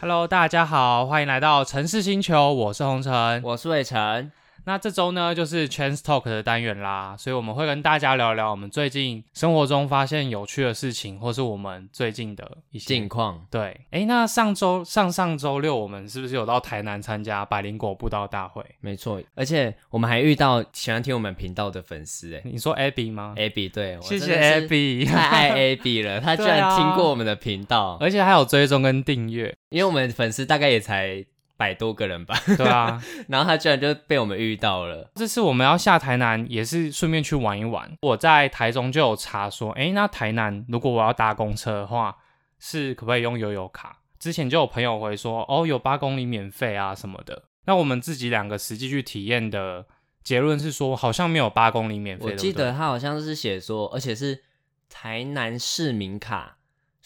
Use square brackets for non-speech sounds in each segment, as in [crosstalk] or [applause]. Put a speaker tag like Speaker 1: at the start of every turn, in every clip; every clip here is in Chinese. Speaker 1: Hello，大家好，欢迎来到城市星球，我是红尘。
Speaker 2: 我是魏晨，
Speaker 1: 那这周呢，就是 Chance Talk 的单元啦，所以我们会跟大家聊聊我们最近生活中发现有趣的事情，或是我们最近的一些
Speaker 2: 近况
Speaker 1: 对，哎，那上周上上周六我们是不是有到台南参加百灵果布道大会？
Speaker 2: 没错，而且我们还遇到喜欢听我们频道的粉丝哎
Speaker 1: 你说 Abby 吗？
Speaker 2: ，Abby，对，我
Speaker 1: 嗯谢
Speaker 2: 真
Speaker 1: 谢
Speaker 2: 的是
Speaker 1: Abby， [laughs]
Speaker 2: 太爱 Abby 了，他居
Speaker 1: 对
Speaker 2: 然
Speaker 1: 啊
Speaker 2: 听过我们的频道，
Speaker 1: 而且还有追踪跟订阅，
Speaker 2: 因为我们粉丝大概也才百多个人吧， [laughs]
Speaker 1: 对啊。
Speaker 2: 然后他居然就被我们遇到了，
Speaker 1: 这次我们要下台南，也是顺便去玩一玩。我在台中就有查说，诶，那台南如果我要搭公车的话，是可不可以用悠游卡？之前就有朋友回说，哦，有八公里免费啊什么的。那我们自己两个实际去体验的结论是说，好像没有八公里免费，
Speaker 2: 我
Speaker 1: 对
Speaker 2: 记得
Speaker 1: 不对
Speaker 2: 他好像是写说，而且是台南市民卡。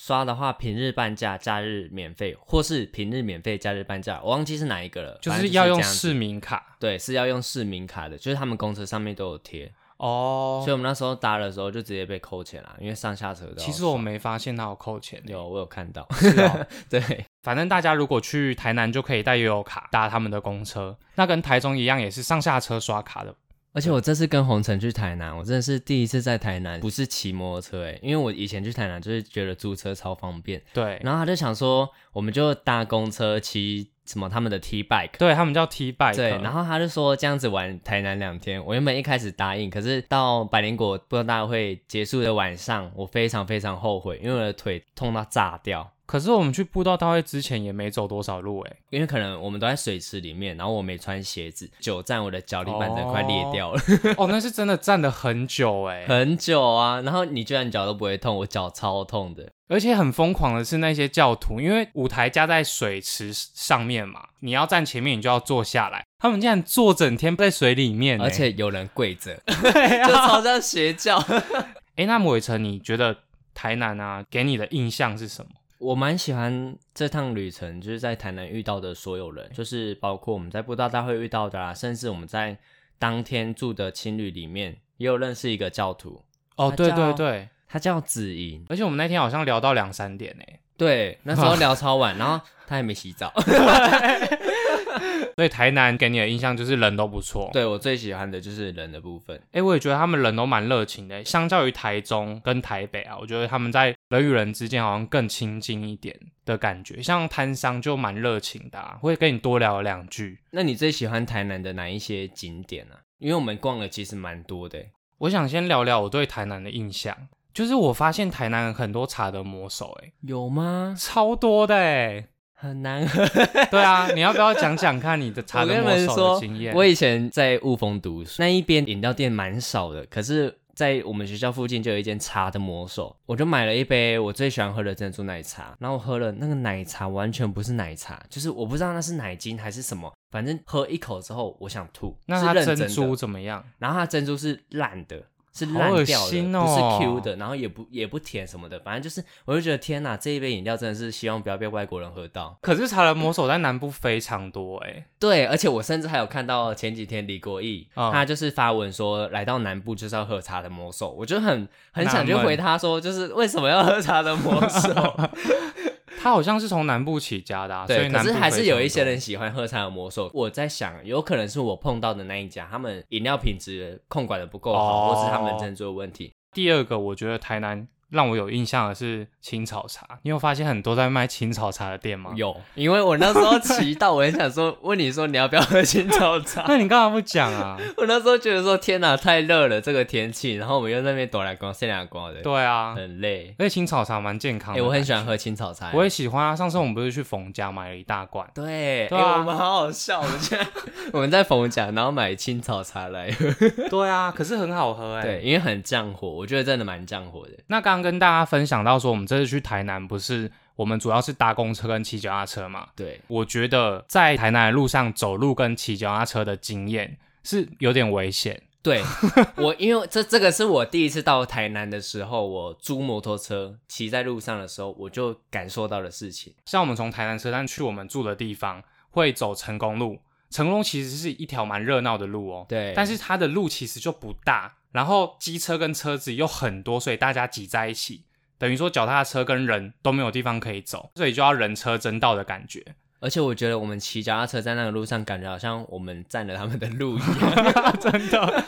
Speaker 2: 刷的话，平日半价，假日免费，或是平日免费，假日半价，我忘记是哪一个了。
Speaker 1: 就
Speaker 2: 反
Speaker 1: 是
Speaker 2: 正
Speaker 1: 要用
Speaker 2: 这样子
Speaker 1: 市民卡
Speaker 2: 对，是要用市民卡的，就是他们公车上面都有贴。
Speaker 1: 哦
Speaker 2: 所以。我们那时候搭的时候就直接被扣钱啦，因为上下车都要
Speaker 1: 其实我没发现他有扣钱的，
Speaker 2: 哦有我有看
Speaker 1: [laughs]
Speaker 2: 到，
Speaker 1: 是哦
Speaker 2: 对，
Speaker 1: 反正大家如果去台南就可以带悠游卡搭他们的公车，那跟台中一样也是上下车刷卡的
Speaker 2: 而且我这次跟红尘去台南，我真的是第一次在台南不是骑摩托车哎、因为我以前去台南就是觉得租车超方便，
Speaker 1: 对，
Speaker 2: 然后他就想说我们就搭公车骑什么他们的 T bike。
Speaker 1: 对他们叫 T bike，
Speaker 2: 对，然后他就说这样子玩台南两天，我原本一开始答应，可是到百灵果布道大会结束的晚上，我非常非常后悔，因为我的腿痛到炸掉。
Speaker 1: 可是我们去步道大会之前也没走多少路哎、
Speaker 2: 因为可能我们都在水池里面，然后我没穿鞋子，久站我的脚底板
Speaker 1: 哦
Speaker 2: 整个快裂掉了，
Speaker 1: [laughs] 哦，那是真的站了很久哎、
Speaker 2: 很久啊。然后你居然脚都不会痛，我脚超痛的。
Speaker 1: 而且很疯狂的是那些教徒，因为舞台架在水池上面嘛，你要站前面你就要坐下来，他们竟然坐整天在水里面、欸，
Speaker 2: 而且有人跪着，
Speaker 1: [laughs] 对
Speaker 2: 就
Speaker 1: 啊，
Speaker 2: 超像邪教。
Speaker 1: 哎、那伟成你觉得台南啊给你的印象是什么？
Speaker 2: 我蛮喜欢这趟旅程，就是在台南遇到的所有人，就是包括我们在布道大会遇到的啦，甚至我们在当天住的青旅里面，也有认识一个教徒，
Speaker 1: 哦，
Speaker 2: 他
Speaker 1: 对对
Speaker 2: 叫
Speaker 1: 对，
Speaker 2: 他叫子莹。
Speaker 1: 而且我们那天好像聊到两三点哎、
Speaker 2: 对，那时候聊超晚，然后他还没洗澡。 [laughs]
Speaker 1: 所以台南给你的印象就是人都不错，
Speaker 2: 对我最喜欢的就是人的部分。
Speaker 1: 哎、我也觉得他们人都蛮热情的欸，相较于台中跟台北啊，我觉得他们在人与人之间好像更亲近一点的感觉。像摊商就蛮热情的、啊，会跟你多聊两句。
Speaker 2: 那你最喜欢台南的哪一些景点啊？因为我们逛了其实蛮多的欸，
Speaker 1: 我想先聊聊我对台南的印象，就是我发现台南很多茶的魔手、欸，
Speaker 2: 有吗？
Speaker 1: 超多的、欸，
Speaker 2: 很 [laughs] 难喝。
Speaker 1: 对啊，你要不要讲讲看你的茶
Speaker 2: 我跟
Speaker 1: 的
Speaker 2: 你
Speaker 1: 魔
Speaker 2: 们
Speaker 1: 手的
Speaker 2: 说
Speaker 1: 经验？，
Speaker 2: 我以前在雾峰读书，那一边饮料店蛮少的，可是，在我们学校附近就有一间茶的魔手，我就买了一杯我最喜欢喝的珍珠奶茶，然后我喝了那个奶茶完全不是奶茶，就是我不知道那是奶精还是什么，反正喝一口之后我想吐，
Speaker 1: 那
Speaker 2: 是
Speaker 1: 它
Speaker 2: 认
Speaker 1: 珍
Speaker 2: 真的
Speaker 1: 珠怎么样？
Speaker 2: 然后它珍珠是烂的，是
Speaker 1: 好
Speaker 2: 烂
Speaker 1: 恶
Speaker 2: 掉的，
Speaker 1: 心哦
Speaker 2: 不是 Q 的，然后也不也不甜什么的，反正就是，我就觉得天哪，这一杯饮料真的是希望不要被外国人喝到。
Speaker 1: 可是茶的魔手在南部非常多、欸，哎，
Speaker 2: 对，而且我甚至还有看到前几天李国毅、
Speaker 1: 嗯
Speaker 2: 他就是发文说来到南部就是要喝茶的魔手，我就很很想
Speaker 1: 纳
Speaker 2: 就
Speaker 1: 闷
Speaker 2: 回他说，就是为什么要喝茶的魔
Speaker 1: [laughs]
Speaker 2: 手？
Speaker 1: 他好像是从南部起家的、啊，所以
Speaker 2: 对，可
Speaker 1: 南部
Speaker 2: 是还是
Speaker 1: 非
Speaker 2: 有
Speaker 1: 常
Speaker 2: 一些
Speaker 1: 多
Speaker 2: 人喜欢喝茶的魔手。我在想，有可能是我碰到的那一家，他们饮料品质控管的不够好，
Speaker 1: 哦
Speaker 2: 或是他们珍珠的问题。
Speaker 1: 第二个，我觉得台南让我有印象的是青草茶。你有发现很多在卖青草茶的店吗？。
Speaker 2: 有，因为我那时候骑到，我很想说问你说你要不要喝青草茶。
Speaker 1: [laughs] [laughs] 那你干嘛不讲
Speaker 2: [laughs]
Speaker 1: 啊？
Speaker 2: 我那时候觉得说天哪，太热了这个天气，然后我们又在那边躲来光晒两光的，
Speaker 1: 对啊，
Speaker 2: 很累。
Speaker 1: 而且青草茶蛮健康
Speaker 2: 哎、
Speaker 1: 的。
Speaker 2: 我很喜欢喝青草茶。
Speaker 1: 我也喜欢啊。上次我们不是去冯家买了一大
Speaker 2: [laughs]
Speaker 1: 罐，
Speaker 2: 对，哎、
Speaker 1: 对啊
Speaker 2: 我们好好笑，我们现在
Speaker 1: [laughs]
Speaker 2: 我们在逢甲，然后买青草茶来喝，
Speaker 1: 对啊，可是很好喝哎、
Speaker 2: 对，因为很降火，我觉得真的蛮降火的。
Speaker 1: 那刚刚跟大家分享到说，我们这次去台南不是我们主要是搭公车跟骑脚踏车嘛？
Speaker 2: 对，
Speaker 1: 我觉得在台南的路上走路跟骑脚踏车的经验是有点危险。 [laughs]
Speaker 2: 对我，因为这这个是我第一次到台南的时候，我租摩托车骑在路上的时候，我就感受到的事情。
Speaker 1: 像我们从台南车站去我们住的地方，会走成功路。成功路其实是一条蛮热闹的路哦，
Speaker 2: 对，
Speaker 1: 但是它的路其实就不大，然后机车跟车子又很多，所以大家挤在一起，等于说脚踏车跟人都没有地方可以走，所以就要人车争道的感觉。
Speaker 2: 而且我觉得我们骑脚踏车在那个路上，感觉好像我们占了他们的路一样。 [laughs]
Speaker 1: 真的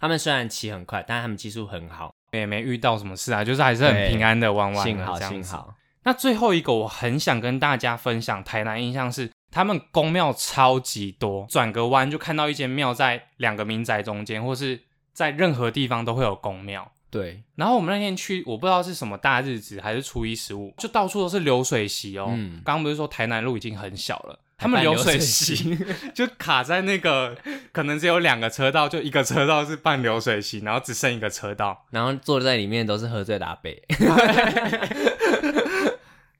Speaker 2: 他们虽然骑很快，但他们技术很好，
Speaker 1: 也没遇到什么事啊，就是还是很
Speaker 2: 对
Speaker 1: 平安的玩完
Speaker 2: 幸
Speaker 1: 了
Speaker 2: 好
Speaker 1: 这样
Speaker 2: 幸
Speaker 1: 子
Speaker 2: 好。
Speaker 1: 那最后一个我很想跟大家分享台南印象是，他们宫庙超级多，转个弯就看到一间庙在两个民宅中间，或是在任何地方都会有宫庙。
Speaker 2: 对，
Speaker 1: 然后我们那天去，我不知道是什么大日子，还是初一十五，就到处都是流水席哦。
Speaker 2: 嗯
Speaker 1: 刚刚不是说台南路已经很小了，他
Speaker 2: 还
Speaker 1: 们
Speaker 2: 办流
Speaker 1: 水
Speaker 2: 水
Speaker 1: 席 [laughs] 就卡在那个，可能只有两个车道，就一个车道是办流水席，然后只剩一个车道。
Speaker 2: 然后坐在里面都是喝醉的阿北。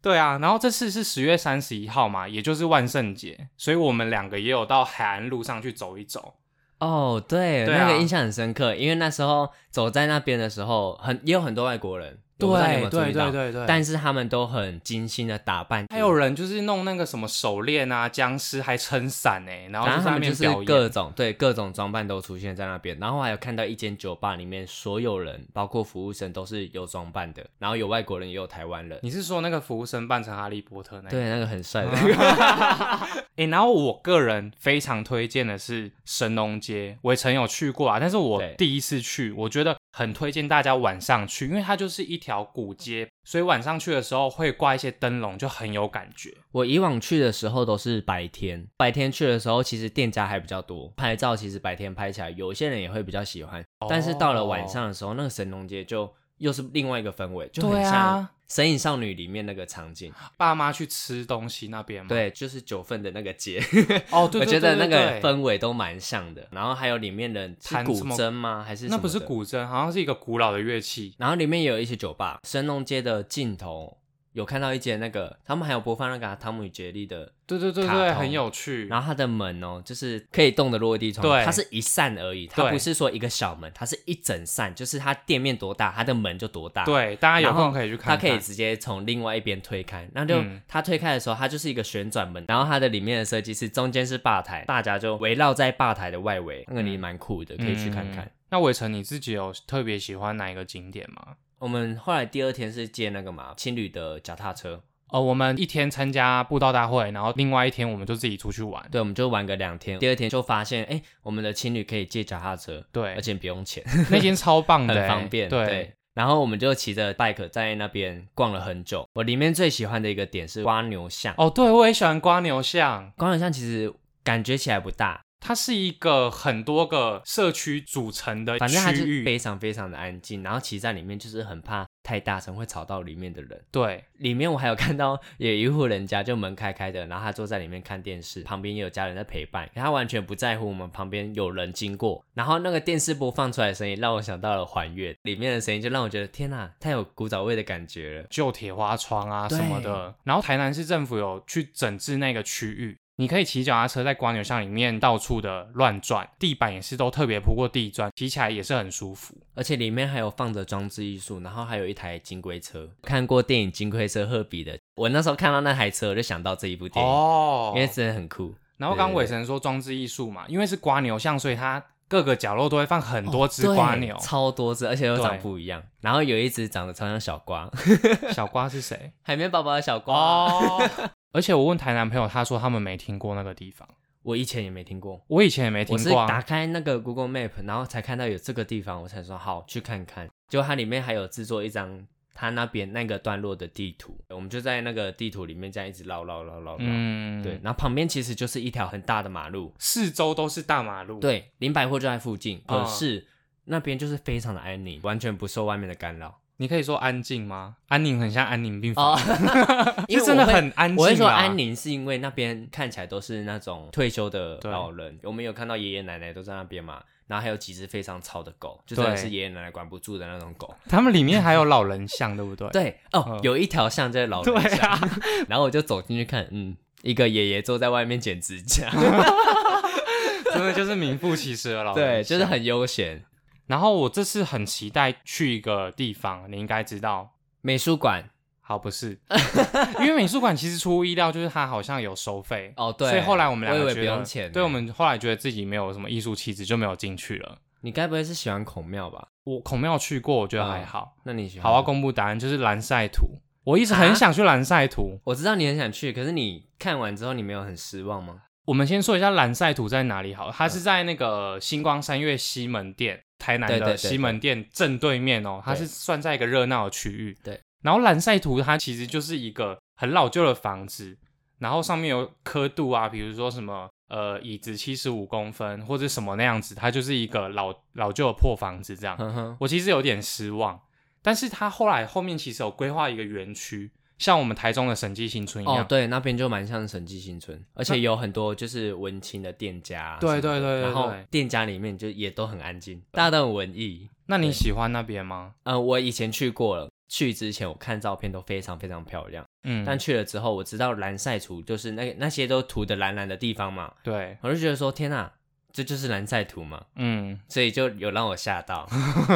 Speaker 1: 对啊，然后这次是十月三十一号嘛，也就是万圣节，所以我们两个也有到海岸路上去走一走。
Speaker 2: [laughs] 哦，对，
Speaker 1: 对啊
Speaker 2: 那个印象很深刻，因为那时候走在那边的时候，很也有很多外国人，我不知道你有没有注意到
Speaker 1: 对对但
Speaker 2: 但是他们都很精心的打扮，
Speaker 1: 还有人就是弄那个什么手链啊、僵尸，还撑伞哎，然后
Speaker 2: 然
Speaker 1: 就
Speaker 2: 后
Speaker 1: 在
Speaker 2: 他
Speaker 1: 那
Speaker 2: 们就
Speaker 1: 边
Speaker 2: 是
Speaker 1: 表演。
Speaker 2: 各种对各种装扮都出现在那边，然后还有看到一间酒吧里面所有人，包括服务生都是有装扮的，然后有外国人也有台湾人，
Speaker 1: 你是说那个服务生扮成哈利波特那一个？
Speaker 2: 对那个很帅的，
Speaker 1: 啊哎、然后我个人非常推荐的是神农街，我也曾有去过啊，但是我
Speaker 2: 对
Speaker 1: 第一次去，我觉得很推荐大家晚上去，因为它就是一条古街，所以晚上去的时候会挂一些灯笼，就很有感觉。
Speaker 2: [laughs] 我以往去的时候都是白天，白天去的时候其实店家还比较多，拍照其实白天拍起来有些人也会比较喜欢，
Speaker 1: 哦
Speaker 2: 但是到了晚上的时候，那个神农街就又是另外一个氛围，就
Speaker 1: 对
Speaker 2: 很
Speaker 1: 啊
Speaker 2: 像《神隐少女》里面那个场景，
Speaker 1: 爸妈去吃东西那边吗？，
Speaker 2: 对，就是九份的那个街，
Speaker 1: 哦，对
Speaker 2: 我
Speaker 1: 对对
Speaker 2: 觉得那
Speaker 1: 对
Speaker 2: 个
Speaker 1: 对
Speaker 2: 氛围都蛮像的。然后还有里面的是
Speaker 1: 弹
Speaker 2: 古
Speaker 1: 什么
Speaker 2: 筝吗？还是
Speaker 1: 那不是
Speaker 2: 什么的？
Speaker 1: 古筝，好像是一个古老的乐器。
Speaker 2: 然后里面也有一些酒吧，神农街的尽头。有看到一间那个，他们还有播放那个啊、汤姆与杰利》的
Speaker 1: 对对对
Speaker 2: 卡
Speaker 1: 对，
Speaker 2: 通
Speaker 1: 很有趣。
Speaker 2: 然后它的门哦，就是可以动的落地窗，
Speaker 1: 对
Speaker 2: 它是一扇而已，它
Speaker 1: 对
Speaker 2: 不是说一个小门，它是一整扇，就是它店面多大，它的门就多大。。
Speaker 1: 对，大家有
Speaker 2: 然后
Speaker 1: 空可以去看
Speaker 2: 它
Speaker 1: 看。
Speaker 2: 可以直接从另外一边推开，那就
Speaker 1: 嗯
Speaker 2: 它推开的时候，它就是一个旋转门，然后它的里面的设计是中间是吧台，大家就围绕在吧台的外围，那个你蛮酷的，可以去看看。
Speaker 1: 嗯那伟成你自己有特别喜欢哪一个景点吗？
Speaker 2: 我们后来第二天是借那个嘛青旅的脚踏车，
Speaker 1: 哦，我们一天参加布道大会，然后另外一天我们就自己出去玩。
Speaker 2: 对，我们就玩个两天，第二天就发现，哎，我们的青旅可以借脚踏车，
Speaker 1: 对
Speaker 2: 而且不用钱。
Speaker 1: [laughs] 那间超棒 [laughs] 的、欸
Speaker 2: 很方便。
Speaker 1: 对，
Speaker 2: 然后我们就骑着 bike 在那边逛了很久。我里面最喜欢的一个点是瓜牛巷，
Speaker 1: 哦，对，我也喜欢瓜牛巷，
Speaker 2: 瓜牛巷其实感觉起来不大，
Speaker 1: 它是一个很多个社区组成的
Speaker 2: 反正它就
Speaker 1: 区域。
Speaker 2: 非常非常的安静。然后骑在里面就是很怕太大声会吵到里面的人。
Speaker 1: 对，
Speaker 2: 里面我还有看到有一户人家就门开开的，然后他坐在里面看电视，旁边也有家人在陪伴，可他完全不在乎我们旁边有人经过。然后那个电视播放出来的声音让我想到了还愿里面的声音，就让我觉得天哪、太有古早味的感觉了。
Speaker 1: 旧铁花窗啊
Speaker 2: 对
Speaker 1: 什么的。然后台南市政府有去整治那个区域，你可以骑脚踏车在瓜牛巷里面到处的乱转，地板也是都特别铺过地砖，骑起来也是很舒服。
Speaker 2: 而且里面还有放着装置艺术，然后还有一台金龟车。看过电影《金龟车》赫比的，我那时候看到那台车，我就想到这一部电影，
Speaker 1: 哦
Speaker 2: 因为真的很酷。
Speaker 1: 然后刚刚
Speaker 2: 对对
Speaker 1: 伟成说装置艺术嘛，因为是瓜牛巷，所以它各个角落都会放很
Speaker 2: 很
Speaker 1: 多只瓜牛。
Speaker 2: 哦超多只，而且又长
Speaker 1: 对
Speaker 2: 不一样。然后有一只长得超像小瓜， [laughs]
Speaker 1: 小瓜是谁？
Speaker 2: 海绵宝宝的小瓜。
Speaker 1: 哦。 [laughs] 而且我问台南朋友，他说他们没听过那个地方，
Speaker 2: 我以前也没听过，
Speaker 1: 我以前也没
Speaker 2: 我
Speaker 1: 听
Speaker 2: 是
Speaker 1: 过、
Speaker 2: 打
Speaker 1: 啊。
Speaker 2: 开那个 Google Map，然后才看到有这个地方，我才说好去看看。结果它里面还有制作一张它那边那个段落的地图，我们就在那个地图里面这样一直绕绕绕绕绕。
Speaker 1: 嗯，
Speaker 2: 对，，然后旁边其实就是一条很大的马路，
Speaker 1: 四周都是大马路。，
Speaker 2: 对，林百货就在附近，
Speaker 1: 嗯
Speaker 2: 可是、那边就是非常的安宁，完全不受外面的干扰。
Speaker 1: 你可以说安静吗？安宁很像安宁 [laughs] 病房，
Speaker 2: 哦
Speaker 1: [laughs]
Speaker 2: 因为
Speaker 1: 哦是真的
Speaker 2: 我会
Speaker 1: 很安静啊啦。
Speaker 2: 我会说安宁，是因为那边看起来都是那种退休的
Speaker 1: 对
Speaker 2: 老人，我们有看到爷爷奶奶都在那边嘛，然后还有几只非常吵的狗，就真的
Speaker 1: 对
Speaker 2: 是爷爷奶奶管不住的那种狗。
Speaker 1: 他们里面还有老人像，对不对？
Speaker 2: 对哦，
Speaker 1: 嗯
Speaker 2: 有一条巷在老人
Speaker 1: 对
Speaker 2: 巷，
Speaker 1: 啊，
Speaker 2: 然后我就走进去看，嗯，一个爷爷坐在外面剪
Speaker 1: [laughs]
Speaker 2: 指甲，
Speaker 1: [laughs] 真的就是名副其实的老人
Speaker 2: 对，就是
Speaker 1: 像
Speaker 2: 很悠闲。
Speaker 1: 然后我这次很期待去一个地方，你应该知道，
Speaker 2: 美术馆
Speaker 1: 好不
Speaker 2: [laughs]
Speaker 1: 是？因为美术馆其实出乎意料，就是它好像有收费。
Speaker 2: 哦，对，
Speaker 1: 所以后来我们两
Speaker 2: 我以
Speaker 1: 个
Speaker 2: 为
Speaker 1: 觉
Speaker 2: 不
Speaker 1: 得，
Speaker 2: 用钱呢，
Speaker 1: 对我们后来觉得自己没有什么艺术气质，就没有进去了。
Speaker 2: 你该不会是喜欢孔庙吧？
Speaker 1: 我孔庙去过，我觉得还好。
Speaker 2: 那你喜欢？
Speaker 1: 好，我啊要，公布答案，就是蓝晒图。我一直很想去蓝晒图。
Speaker 2: 我知道你很想去，可是你看完之后你没有很失望吗？
Speaker 1: 我们先说一下蓝晒图在哪里好了，它是
Speaker 2: 嗯
Speaker 1: 在那个星光三月西门店，台南
Speaker 2: 对对
Speaker 1: 的
Speaker 2: 对
Speaker 1: 西门店正对面哦，它
Speaker 2: 对
Speaker 1: 是算在一个热闹的区域。
Speaker 2: 对，
Speaker 1: 然后蓝晒图它其实就是一个很老旧的房子，然后上面有刻度啊，比如说什么呃椅子七十五公分或者什么那样子，它就是一个老老旧的破房子这样。
Speaker 2: 哼哼，
Speaker 1: 我其实有点失望，但是它后来后面其实有规划一个园区，像我们台中的审计新村一样，
Speaker 2: 哦，对，那边就蛮像审计新村，而且有很多就是文青的店家啊什
Speaker 1: 对
Speaker 2: 么
Speaker 1: 对
Speaker 2: 的，
Speaker 1: 对对
Speaker 2: 然后
Speaker 1: 对
Speaker 2: 店家里面就也都很安静，大家都很文艺。
Speaker 1: 那你
Speaker 2: 对
Speaker 1: 喜欢那边吗？
Speaker 2: 呃，我以前去过了，去之前我看照片都非常非常漂亮，
Speaker 1: 嗯，
Speaker 2: 但去了之后我知道蓝晒图就是那那些都涂的蓝蓝的地方嘛，
Speaker 1: 对，
Speaker 2: 我就觉得说天呐，这就是蓝晒图嘛，
Speaker 1: 嗯，
Speaker 2: 所以就有让我吓到， [laughs]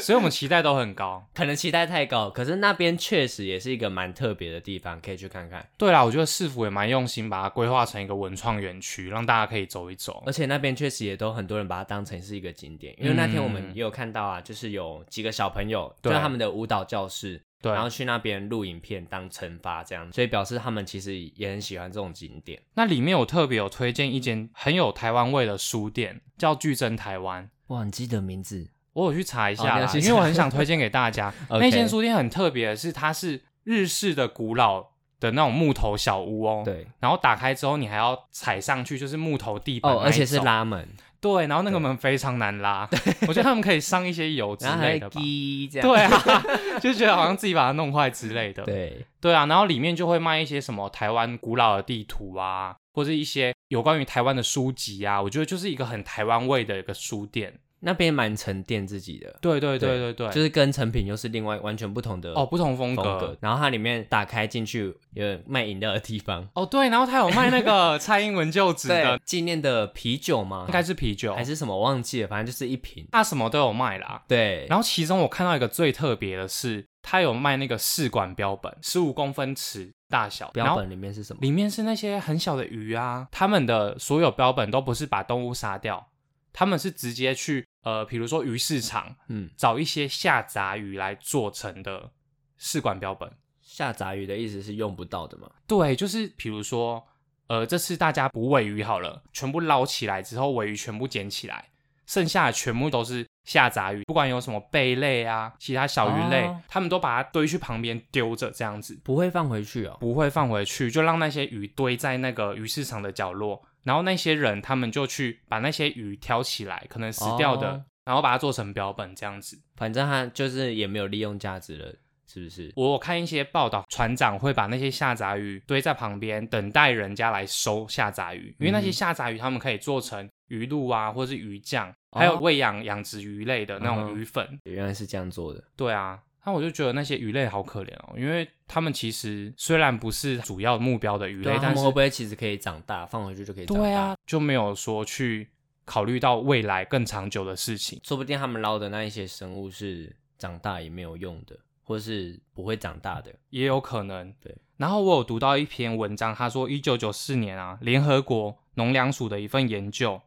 Speaker 1: 所以我们期待都很高。 [laughs]
Speaker 2: 可能期待太高，可是那边确实也是一个蛮特别的地方，可以去看看，
Speaker 1: 对啦，我觉得市府也蛮用心，把它规划成一个文创园区，让大家可以走一走。
Speaker 2: 而且那边确实也都很多人把它当成是一个景点，因为那天我们
Speaker 1: 嗯
Speaker 2: 也有看到啊，就是有几个小朋友就
Speaker 1: 对
Speaker 2: 是他们的舞蹈教室，
Speaker 1: 对
Speaker 2: 然，后去那边录影片当惩罚这样，所以表示他们其实也很喜欢这种景点。
Speaker 1: 那里面我特别有推荐一间很有台湾味的书店，叫巨珍台湾。
Speaker 2: 哇，你记得名字？
Speaker 1: 我有去查一
Speaker 2: 哦
Speaker 1: 下
Speaker 2: 你
Speaker 1: 啦
Speaker 2: 有，去
Speaker 1: 因
Speaker 2: 查
Speaker 1: 为我很想推荐给大家。
Speaker 2: [laughs] OK
Speaker 1: 那间书店很特别的是，它是日式的古老的那种木头小屋哦。。
Speaker 2: 对，
Speaker 1: 然后打开之后，你还要踩上去，就是木头地板
Speaker 2: 哦，
Speaker 1: 那一种，
Speaker 2: 而且是拉门，
Speaker 1: 对，然后那个
Speaker 2: 对
Speaker 1: 门非常难
Speaker 2: [laughs]
Speaker 1: 拉，我觉得他们可以上一些油之
Speaker 2: 然后还
Speaker 1: 类
Speaker 2: 会
Speaker 1: 的吧，
Speaker 2: 滴这
Speaker 1: [laughs]
Speaker 2: 样。
Speaker 1: 对啊，就觉得好像自己把它弄坏之类的。
Speaker 2: 对
Speaker 1: 对啊，然后里面就会卖一些什么台湾古老的地图啊，或者一些有关于台湾的书籍啊，我觉得就是一个很台湾味的一个书店。
Speaker 2: 那边蛮沉淀自己的，
Speaker 1: 对对对对
Speaker 2: 对
Speaker 1: 对，
Speaker 2: 就是跟成品又是另外完全不同的
Speaker 1: 哦不同风
Speaker 2: 风
Speaker 1: 格。
Speaker 2: 格。然后它里面打开进去有卖饮料的地方，
Speaker 1: 哦对，然后他有卖那
Speaker 2: [laughs]
Speaker 1: 个蔡英文就职的，，
Speaker 2: 纪念的啤酒吗？
Speaker 1: 应该是啤酒
Speaker 2: 还是什么忘记了，反正就是一瓶。
Speaker 1: 他什么都有卖啦。
Speaker 2: 对，
Speaker 1: 然后其中我看到一个最特别的是，他有卖那个试管标本，十五公分尺大小，然
Speaker 2: 标
Speaker 1: 后
Speaker 2: 本里面是什么？
Speaker 1: 里面是那些很小的鱼啊，他们的所有标本都不是把动物杀掉，他们是直接去呃，比如说鱼市场
Speaker 2: 嗯，
Speaker 1: 找一些下杂鱼来做成的试管标本。
Speaker 2: 下杂鱼的意思是用不到的嘛？
Speaker 1: 对，就是比如说呃，这次大家捕尾鱼好了，全部捞起来之后，尾鱼全部捡起来，剩下的全部都是下杂鱼，不管有什么贝类啊，其他小鱼类，
Speaker 2: 哦
Speaker 1: 他们都把它堆去旁边丢着这样子。
Speaker 2: 不会放回去哦。
Speaker 1: 不会放回去，就让那些鱼堆在那个鱼市场的角落，然后那些人他们就去把那些鱼挑起来，可能死掉的，
Speaker 2: 哦
Speaker 1: 然后把它做成标本这样子。
Speaker 2: 反正它就是也没有利用价值了，是不是？
Speaker 1: 我有看一些报道，船长会把那些下杂鱼堆在旁边，等待人家来收下杂鱼，因为那些
Speaker 2: 嗯
Speaker 1: 下杂鱼他们可以做成鱼露啊，或是鱼酱，还有
Speaker 2: 哦
Speaker 1: 喂养养殖鱼类的那种
Speaker 2: 嗯哼
Speaker 1: 鱼粉。
Speaker 2: 原来是这样做的。
Speaker 1: 对啊。那我就觉得那些鱼类好可怜哦，因为他们其实虽然不是主要目标的鱼
Speaker 2: 对
Speaker 1: 类
Speaker 2: 啊，，他
Speaker 1: 但
Speaker 2: 们
Speaker 1: 是
Speaker 2: 会不会其实可以长大，放回去就可以长大？
Speaker 1: 对啊，，就没有说去考虑到未来更长久的事情。
Speaker 2: 说不定他们捞的那一些生物是长大也没有用的，或是不会长大的。
Speaker 1: 也有可能。
Speaker 2: 对。
Speaker 1: 然后我有读到一篇文章，他说，一九九四年啊，联合国农粮署的一份研究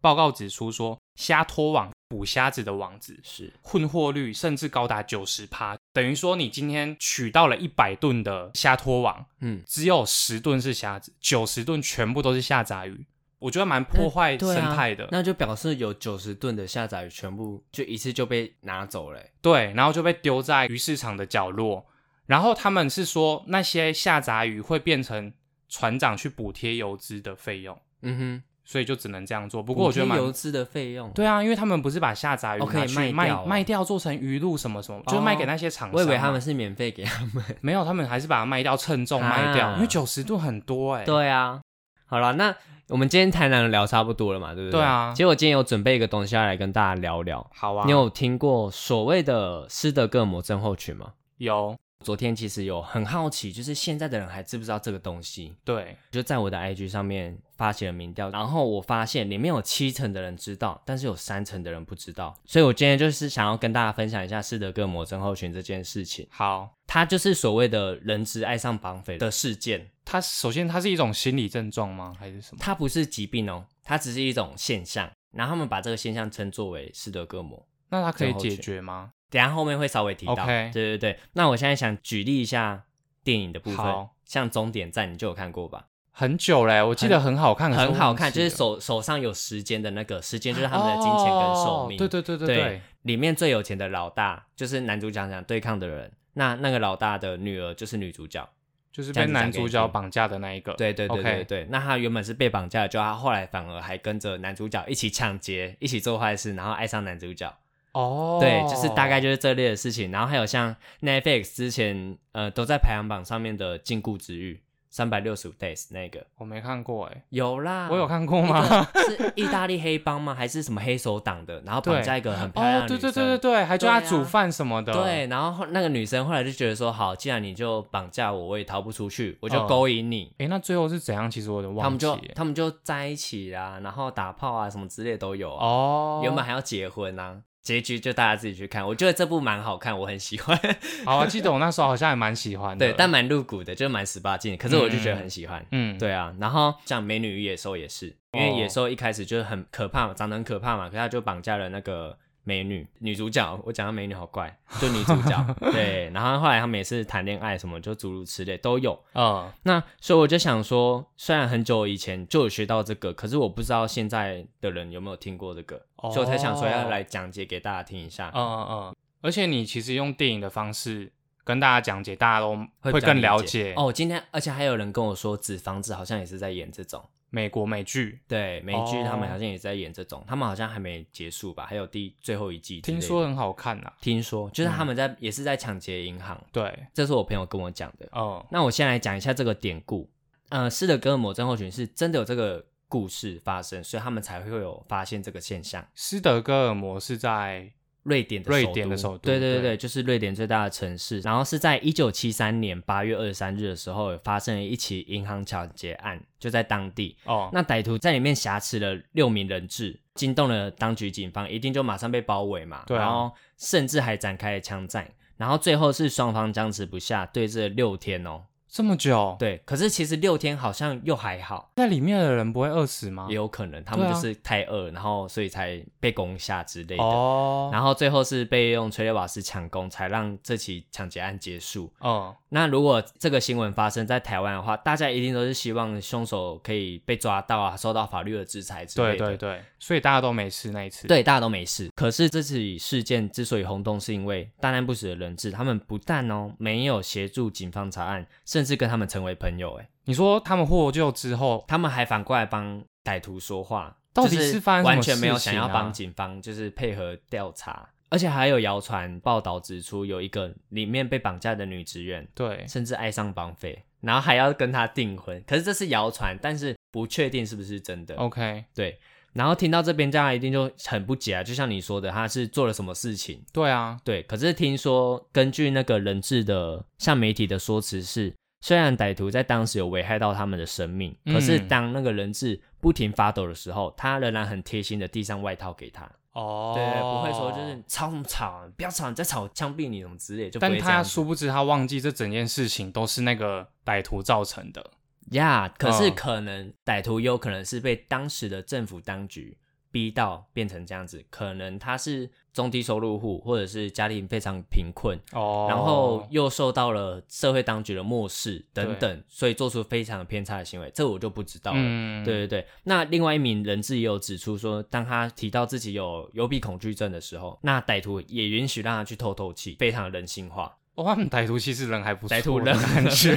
Speaker 1: 报告指出说，虾拖网捕虾子的网子
Speaker 2: 是，
Speaker 1: 混获率甚至高达九十趴，等于说你今天取到了一百吨的虾拖网，
Speaker 2: 嗯，
Speaker 1: 只有十吨是虾子，九十吨全部都是下杂鱼。我觉得蛮破坏
Speaker 2: 对
Speaker 1: 生
Speaker 2: 啊
Speaker 1: 态的，
Speaker 2: 那就表示有九十吨的下载鱼全部就一次就被拿走了欸、
Speaker 1: 对，然后就被丢在鱼市场的角落。然后他们是说，那些下杂鱼会变成船长去补贴油资的费用，
Speaker 2: 嗯哼，
Speaker 1: 所以就只能这样做。不
Speaker 2: 不
Speaker 1: 过我觉得蛮
Speaker 2: 油资的费用，
Speaker 1: 对啊，因为他们不是把下杂鱼
Speaker 2: 哦可以
Speaker 1: 拿去
Speaker 2: 卖
Speaker 1: 卖、
Speaker 2: 掉哦
Speaker 1: 卖掉做成鱼露什么什么，就是卖给那些厂商嘛。
Speaker 2: 我以为他们是免费给他们。
Speaker 1: 没有，他们还是把它卖掉，称重卖掉，
Speaker 2: 啊
Speaker 1: 因为九十度很多哎、
Speaker 2: 对啊，好了，那我们今天台南聊差不多了嘛，对不对？
Speaker 1: 对啊
Speaker 2: 其实我今天有准备一个东西要来跟大家聊聊。
Speaker 1: 好啊，
Speaker 2: 你有听过所谓的斯德哥尔摩症候群吗？
Speaker 1: 有
Speaker 2: 昨天其实有很好奇，就是现在的人还知不知道这个东西？
Speaker 1: 对
Speaker 2: 就在我的 IG 上面发起了民调，然后我发现里面有七成的人知道，但是有三成的人不知道，所以我今天就是想要跟大家分享一下斯德哥尔摩症候群这件事情，
Speaker 1: 好，
Speaker 2: 它就是所谓的人质爱上绑匪的事件，
Speaker 1: 它首先它是一种心理症状吗？还是什么？
Speaker 2: 它不是疾病哦，它只是一种现象。然后他们把这个现象称作为斯德哥尔摩。
Speaker 1: 那它可以
Speaker 2: 症候
Speaker 1: 解
Speaker 2: 群
Speaker 1: 决吗？
Speaker 2: 等一下后面会稍微提到。
Speaker 1: OK
Speaker 2: 对对对。那我现在想举例一下电影的部分
Speaker 1: 好，
Speaker 2: 像《终点站》你就有看过吧？
Speaker 1: 很久嘞、我记得很好看，可是
Speaker 2: 很
Speaker 1: 我
Speaker 2: 好
Speaker 1: 忘
Speaker 2: 看，
Speaker 1: 记
Speaker 2: 就是
Speaker 1: 了
Speaker 2: 手手上有时间的那个时间，就是他们的金钱跟寿命。
Speaker 1: 哦对对对对
Speaker 2: 对
Speaker 1: 对，
Speaker 2: 里面最有钱的老大就是男主角想对抗的人，那那个老大的女儿就是女主角。
Speaker 1: 就是
Speaker 2: 这
Speaker 1: 被
Speaker 2: 样子
Speaker 1: 男
Speaker 2: 讲给
Speaker 1: 主
Speaker 2: 你
Speaker 1: 角
Speaker 2: 听
Speaker 1: 绑架的那一个。
Speaker 2: 对对对
Speaker 1: OK
Speaker 2: 对对那她原本是被绑架的，就她后来反而还跟着男主角一起抢劫，一起做坏事，然后爱上男主角。
Speaker 1: 哦，
Speaker 2: 对，就是大概就是这类的事情。然后还有像 Netflix 之前呃都在排行榜上面的《禁锢之狱》三百六十五 days 那个
Speaker 1: 我没看过哎、
Speaker 2: 有啦，
Speaker 1: 我有看过
Speaker 2: 一
Speaker 1: 吗？
Speaker 2: 个是意大利黑帮吗？还是什么黑手党的？然后绑架一个很漂亮
Speaker 1: [laughs] 哦，
Speaker 2: 的
Speaker 1: 对
Speaker 2: 女
Speaker 1: 对
Speaker 2: 生。
Speaker 1: 对对
Speaker 2: 对
Speaker 1: 对，还叫他
Speaker 2: 对啊
Speaker 1: 煮饭什么的。，
Speaker 2: 然后后那个女生后来就觉得说，好，既然你就绑架我，我也逃不出去，我就
Speaker 1: 嗯
Speaker 2: 勾引你。
Speaker 1: 哎，那最后是怎样？其实我有点
Speaker 2: 他
Speaker 1: 忘
Speaker 2: 们
Speaker 1: 记
Speaker 2: 就
Speaker 1: 耶。
Speaker 2: 他们就在一起啦，然后打炮啊什么之类都有啊。
Speaker 1: 哦，
Speaker 2: 原本还要结婚啊，结局就大家自己去看。我觉得这部蛮好看，我很喜欢。
Speaker 1: 好，我记得我那时候好像还蛮喜欢的。
Speaker 2: 对，但蛮露骨的，就是蛮十八禁的，可是我就觉得很喜欢。
Speaker 1: 嗯嗯，
Speaker 2: 对啊，然后像《美女与野兽》也是，因为
Speaker 1: 哦
Speaker 2: 野兽一开始就是很可怕嘛，长得很可怕嘛，可是他就绑架了那个美女女主角。我讲到美女好怪，就女主
Speaker 1: [laughs]
Speaker 2: 角。对，然后后来他们也是谈恋爱什么，就诸如此类都有。
Speaker 1: 嗯，
Speaker 2: 那所以我就想说，虽然很久以前就有学到这个，可是我不知道现在的人有没有听过这个，
Speaker 1: 哦
Speaker 2: 所以我才想说要来讲解给大家听一下。
Speaker 1: 嗯嗯嗯，而且你其实用电影的方式跟大家讲解，大家都
Speaker 2: 比
Speaker 1: 会
Speaker 2: 较
Speaker 1: 更了
Speaker 2: 解
Speaker 1: 解
Speaker 2: 哦。今天而且还有人跟我说，纸房子好像也是在演这种，
Speaker 1: 美国美剧。
Speaker 2: 对，美剧他们
Speaker 1: 哦
Speaker 2: 好像也在演这种，他们好像还没结束吧，还有第最后一季之类
Speaker 1: 听
Speaker 2: 的。
Speaker 1: 说嗯很好看呐。
Speaker 2: 听说就是他们在、也是在抢劫银行，
Speaker 1: 对，
Speaker 2: 这是我朋友跟我讲的。
Speaker 1: 嗯，
Speaker 2: 那我先来讲一下这个典故。呃，斯德哥尔摩症候群是真的有这个故事发生，所以他们才会有发现这个现象。
Speaker 1: 斯德哥尔摩是在
Speaker 2: 瑞典的
Speaker 1: 瑞
Speaker 2: 首都
Speaker 1: 典的首都
Speaker 2: 对对
Speaker 1: 对
Speaker 2: 对，就是瑞典最大的城市。然后是在一九七三年八月二十三日的时候，发生了一起银行抢劫案，就在当地。
Speaker 1: 哦，
Speaker 2: 那歹徒在里面挟持了六名人质，惊动了当局警方，一定就马上被包围嘛。
Speaker 1: 对啊
Speaker 2: 然后甚至还展开了枪战，然后最后是双方僵持不下，对峙了六天哦。
Speaker 1: 这么久，
Speaker 2: 对，可是其实六天好像又还好，
Speaker 1: 在里面的人不会饿死吗
Speaker 2: 也？有可能他们
Speaker 1: 对啊
Speaker 2: 就是太饿，然后所以才被攻下之类的。
Speaker 1: 哦，
Speaker 2: 然后最后是被用催泪瓦斯抢攻，才让这起抢劫案结束。
Speaker 1: 嗯，
Speaker 2: 那如果这个新闻发生在台湾的话，大家一定都是希望凶手可以被抓到啊，受到法律的制裁之
Speaker 1: 对
Speaker 2: 类
Speaker 1: 对
Speaker 2: 的。
Speaker 1: 对，所以大家都没事那一次。，
Speaker 2: 对，大家都没事。可是这起事件之所以轰动，是因为大难不死的人质，他们不但哦没有协助警方查案，甚至跟他们成为朋友，哎，
Speaker 1: 你说他们获救之后，
Speaker 2: 他们还反过来帮歹徒说话，
Speaker 1: 到
Speaker 2: 就
Speaker 1: 底是
Speaker 2: 是
Speaker 1: 发生什么
Speaker 2: 完全没有
Speaker 1: 事
Speaker 2: 想
Speaker 1: 情
Speaker 2: 要
Speaker 1: 啊
Speaker 2: 帮警方就是配合调查，而且还有谣传报道指出，有一个里面被绑架的女职员，
Speaker 1: 对，
Speaker 2: 甚至爱上绑匪，然后还要跟他订婚，可是这是谣传，但是不确定是不是真的。
Speaker 1: OK，
Speaker 2: 对，然后听到这边，大家一定就很不解啊，就像你说的，他是做了什么事情？
Speaker 1: 对啊，
Speaker 2: 对，可是听说根据那个人质的向媒体的说辞是，虽然歹徒在当时有危害到他们的生命，可是
Speaker 1: 嗯
Speaker 2: 当那个人质不停发抖的时候，他仍然很贴心的递上外套给他，
Speaker 1: 哦，
Speaker 2: 对，不会说就是，吵什么吵啊，不要吵，你再吵我枪毙你什么之类，就不
Speaker 1: 但
Speaker 2: 会这样
Speaker 1: 他
Speaker 2: 子
Speaker 1: 殊不知他忘记这整件事情都是那个歹徒造成的。
Speaker 2: 呀可是
Speaker 1: 嗯
Speaker 2: 可能歹徒有可能是被当时的政府当局逼到变成这样子，可能他是中低收入户，或者是家庭非常贫困，
Speaker 1: 哦，
Speaker 2: 然后又受到了社会当局的漠视等等，所以做出非常偏差的行为，这我就不知道了。
Speaker 1: 嗯，
Speaker 2: 对对对，那另外一名人质也有指出说，当他提到自己有幽闭恐惧症的时候，那歹徒也允许让他去透透气，非常人性化。
Speaker 1: 哦，他们歹徒其实人还不错，
Speaker 2: 歹徒人
Speaker 1: 感 [laughs]
Speaker 2: [laughs]
Speaker 1: 觉。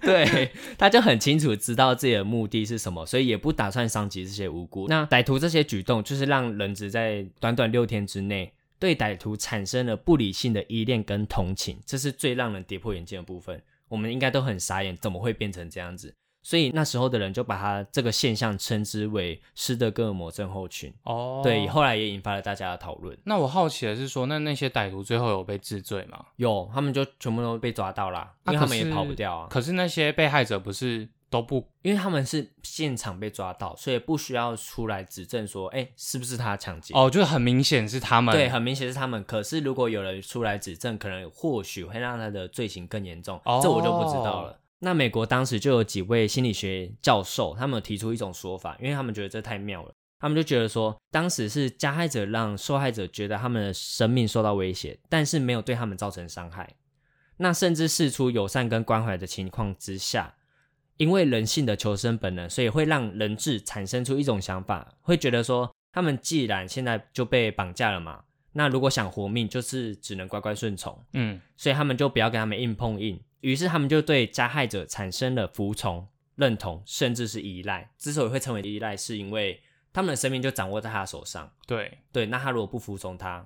Speaker 2: 对，他就很清楚知道自己的目的是什么，所以也不打算伤及这些无辜。那歹徒这些举动，就是让人质在短短六天之内对歹徒产生了不理性的依恋跟同情，这是最让人跌破眼镜的部分。我们应该都很傻眼，怎么会变成这样子？所以那时候的人就把他这个现象称之为斯德哥尔摩症候群。
Speaker 1: 哦，
Speaker 2: 对，。后来也引发了大家的讨论。
Speaker 1: 那我好奇的是说，那那些歹徒最后有被治罪吗？
Speaker 2: 有，他们就全部都被抓到啦，
Speaker 1: 啊
Speaker 2: 因为他们
Speaker 1: 可
Speaker 2: 也
Speaker 1: 是
Speaker 2: 跑不掉啊。
Speaker 1: 可是那些被害者不是都不
Speaker 2: 因为他们是现场被抓到，所以不需要出来指证说，哎、是不是他抢劫？，
Speaker 1: 哦，嗯就是很明显是他们
Speaker 2: 对，很明显是他们。可是如果有人出来指证，可能或许会让他的罪行更严重，
Speaker 1: 哦
Speaker 2: 这我就不知道了。那美国当时就有几位心理学教授，他们有提出一种说法，因为他们觉得这太妙了。他们就觉得说，当时是加害者让受害者觉得他们的生命受到威胁，但是没有对他们造成伤害。那甚至事出友善跟关怀的情况之下，因为人性的求生本能，所以会让人质产生出一种想法，会觉得说，他们既然现在就被绑架了嘛，那如果想活命，就是只能乖乖顺从。
Speaker 1: 嗯，
Speaker 2: 所以他们就不要跟他们硬碰硬。于是他们就对加害者产生了服从、认同，甚至是依赖。之所以会成为依赖，是因为他们的生命就掌握在他手上。
Speaker 1: 对，
Speaker 2: 对，那他如果不服从他，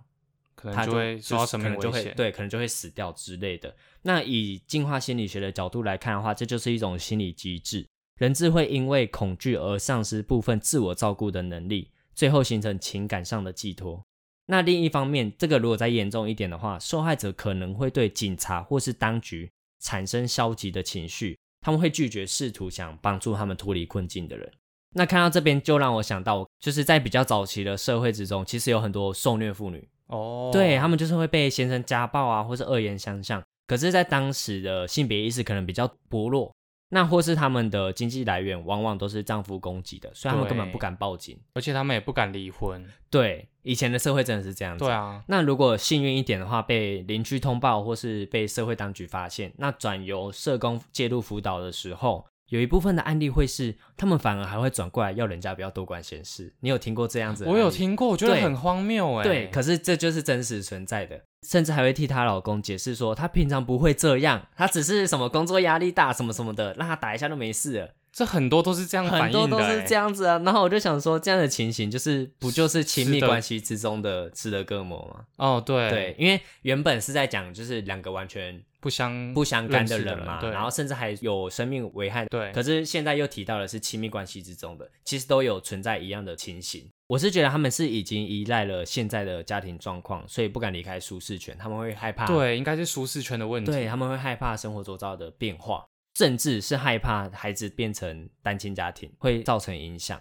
Speaker 1: 可
Speaker 2: 他
Speaker 1: 能
Speaker 2: 就
Speaker 1: 就会受到
Speaker 2: 就是
Speaker 1: 生
Speaker 2: 可
Speaker 1: 命
Speaker 2: 能就
Speaker 1: 危
Speaker 2: 会
Speaker 1: 险。
Speaker 2: 对，可能就会死掉之类的。那以进化心理学的角度来看的话，这就是一种心理机制，人质会因为恐惧而丧失部分自我照顾的能力，最后形成情感上的寄托。那另一方面，这个如果再严重一点的话，受害者可能会对警察或是当局产生消极的情绪，他们会拒绝试图想帮助他们脱离困境的人。那看到这边，就让我想到，就是在比较早期的社会之中，其实有很多受虐妇女，
Speaker 1: 哦，
Speaker 2: 对他们就是会被先生家暴啊，或是恶言相向。可是，在当时的性别意识可能比较薄弱，那或是他们的经济来源往往都是丈夫供给的，所以他们根本
Speaker 1: 对
Speaker 2: 不敢报警。
Speaker 1: 而且他们也不敢离婚。
Speaker 2: 对，以前的社会真的是这样子。
Speaker 1: 对啊，
Speaker 2: 那如果幸运一点的话，被邻居通报或是被社会当局发现，那转由社工介入辅导的时候，有一部分的案例会是他们反而还会转过来要人家不要多管闲事。你有听过这样子的
Speaker 1: 我有
Speaker 2: 案例吗
Speaker 1: 听过，我觉得
Speaker 2: 对
Speaker 1: 很荒谬哎、
Speaker 2: 对，可是这就是真实存在的，甚至还会替她老公解释说，她平常不会这样，她只是什么工作压力大什么什么的，让她打一下就没事了。
Speaker 1: 这很多都是这样
Speaker 2: 很
Speaker 1: 反
Speaker 2: 多
Speaker 1: 应的、
Speaker 2: 都
Speaker 1: 欸，
Speaker 2: 是这样子啊。然后我就想说，这样的情形就是不就是亲密
Speaker 1: 是的
Speaker 2: 关系之中的吃的隔膜吗？
Speaker 1: 哦，对，
Speaker 2: 对，因为原本是在讲就是两个完全
Speaker 1: 不相
Speaker 2: 不相干的
Speaker 1: 认识
Speaker 2: 人
Speaker 1: 人
Speaker 2: 嘛，
Speaker 1: 对
Speaker 2: 然后甚至还有生命危害。
Speaker 1: 对
Speaker 2: 可是现在又提到的是亲密关系之中的，其实都有存在一样的情形。我是觉得他们是已经依赖了现在的家庭状况，所以不敢离开舒适圈，他们会害怕，
Speaker 1: 对，应该是舒适圈的问题。
Speaker 2: 啊对，他啊们会害怕生活周遭的变化，甚至是害怕孩子变成单亲家庭会造成影响。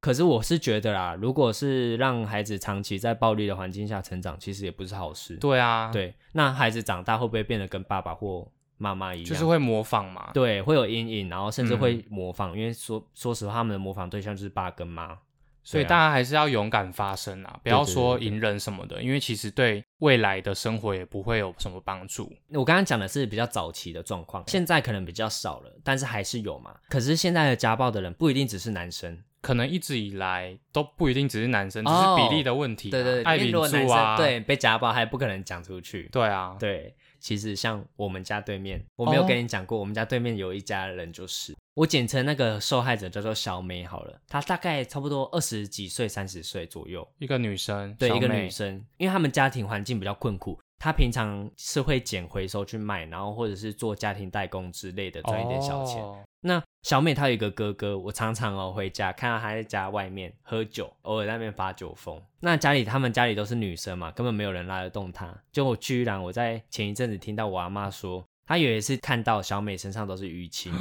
Speaker 2: 可是我是觉得啦，如果是让孩子长期在暴力的环境下成长，其实也不是好事。
Speaker 1: 对啊，，
Speaker 2: 对，那孩子长大会不会变得跟爸爸或妈妈一样？
Speaker 1: 就是会模仿嘛。
Speaker 2: 对，会有阴影，然后甚至会模仿，因为说说实话，他们的模仿对象就是爸跟妈，
Speaker 1: 所以
Speaker 2: 对啊
Speaker 1: 大家还是要勇敢发声啊，不
Speaker 2: 对
Speaker 1: 要
Speaker 2: 对
Speaker 1: 说
Speaker 2: 对对
Speaker 1: 隐忍什么的，因为其实对未来的生活也不会有什么帮助。
Speaker 2: 我刚刚讲的是比较早期的状况，现在可能比较少了，但是还是有嘛。可是现在的家暴的人不一定只是男生，
Speaker 1: 可能一直以来都不一定只是男生，只是
Speaker 2: 哦
Speaker 1: 比例的问题、啊。
Speaker 2: 对对对，
Speaker 1: 爱
Speaker 2: 因为
Speaker 1: 领
Speaker 2: 如果男
Speaker 1: 住
Speaker 2: 生、
Speaker 1: 啊，
Speaker 2: 对被家暴还不可能讲出去。
Speaker 1: 对啊，
Speaker 2: 对，其实像我们家对面，我没有
Speaker 1: 哦
Speaker 2: 跟你讲过，我们家对面有一家人就是，我简称那个受害者叫做小美好了，她大概差不多二十几岁、三十岁左右，
Speaker 1: 一个女生，
Speaker 2: 对，
Speaker 1: 小
Speaker 2: 一个
Speaker 1: 妹
Speaker 2: 女，生，因为他们家庭环境比较困苦，她平常是会捡回收去卖，然后或者是做家庭代工之类的赚一点小钱。
Speaker 1: 哦
Speaker 2: 那小美她有一个哥哥，我常常哦回家看到她在家外面喝酒，偶尔在那边发酒疯。那家里他们家里都是女生嘛，根本没有人拉得动她。就我居然我在前一阵子听到我阿妈说，她有一次看到小美身上都是
Speaker 1: [gasps]
Speaker 2: 淤青，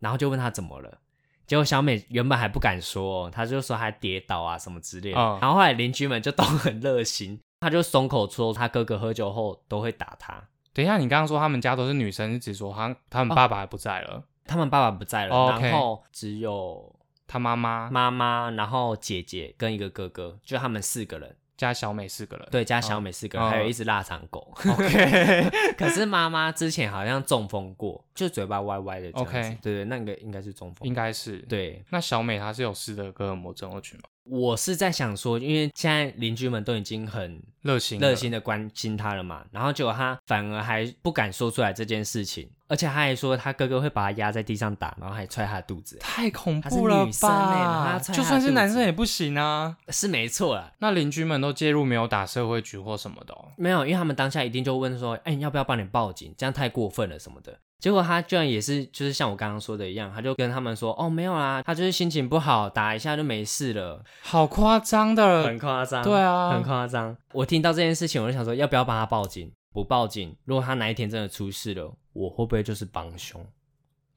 Speaker 2: 然后就问她怎么了。结果小美原本还不敢说、哦，她就说她跌倒啊什么之类的。
Speaker 1: 嗯
Speaker 2: 然后后来邻居们就都很热心，她就松口说她哥哥喝酒后都会打她。
Speaker 1: 等一下，你刚刚说他们家都是女生，是指说他他
Speaker 2: 哦
Speaker 1: 们爸爸不在了，
Speaker 2: 他们爸爸不在了，
Speaker 1: 哦，OK
Speaker 2: 然后只有
Speaker 1: 他妈妈
Speaker 2: 妈妈，然后姐姐跟一个哥哥，就他们四个人，
Speaker 1: 加小美四个人。
Speaker 2: 对，加小美四个人，
Speaker 1: 哦
Speaker 2: 还有一只腊肠狗。
Speaker 1: [laughs] ，OK，
Speaker 2: [laughs] 可是妈妈之前好像中风过，就嘴巴歪歪的这样子。
Speaker 1: OK
Speaker 2: 对对，那个应该是中风
Speaker 1: 应。该是。
Speaker 2: 对，
Speaker 1: 那小美她是有斯德哥尔摩症候群吗？
Speaker 2: 我是在想说，因为现在邻居们都已经很
Speaker 1: 热心的
Speaker 2: 热心的关心他了嘛，然后结果他反而还不敢说出来这件事情，而且他还说他哥哥会把他压在地上打，然后还踹他肚子，
Speaker 1: 太恐怖了
Speaker 2: 她是女生欸然后她
Speaker 1: 吧！
Speaker 2: 踹她
Speaker 1: 就算是
Speaker 2: 肚子
Speaker 1: 男生也不行啊。
Speaker 2: 是没错啦。
Speaker 1: 那邻居们都介入，没有打社会局或什么的、哦。
Speaker 2: 没有，因为他们当下一定就问说：“哎、你要不要帮你报警？这样太过分了什么的。”结果他居然也是，就是像我刚刚说的一样，他就跟他们说：“哦，没有啦，他就是心情不好，打一下就没事了。
Speaker 1: 好夸张”的
Speaker 2: 很，夸张，
Speaker 1: 对啊
Speaker 2: 很夸张。我听到这件事情，我就想说，要不要帮他报警？不报警，如果他哪一天真的出事了，我会不会就是帮凶？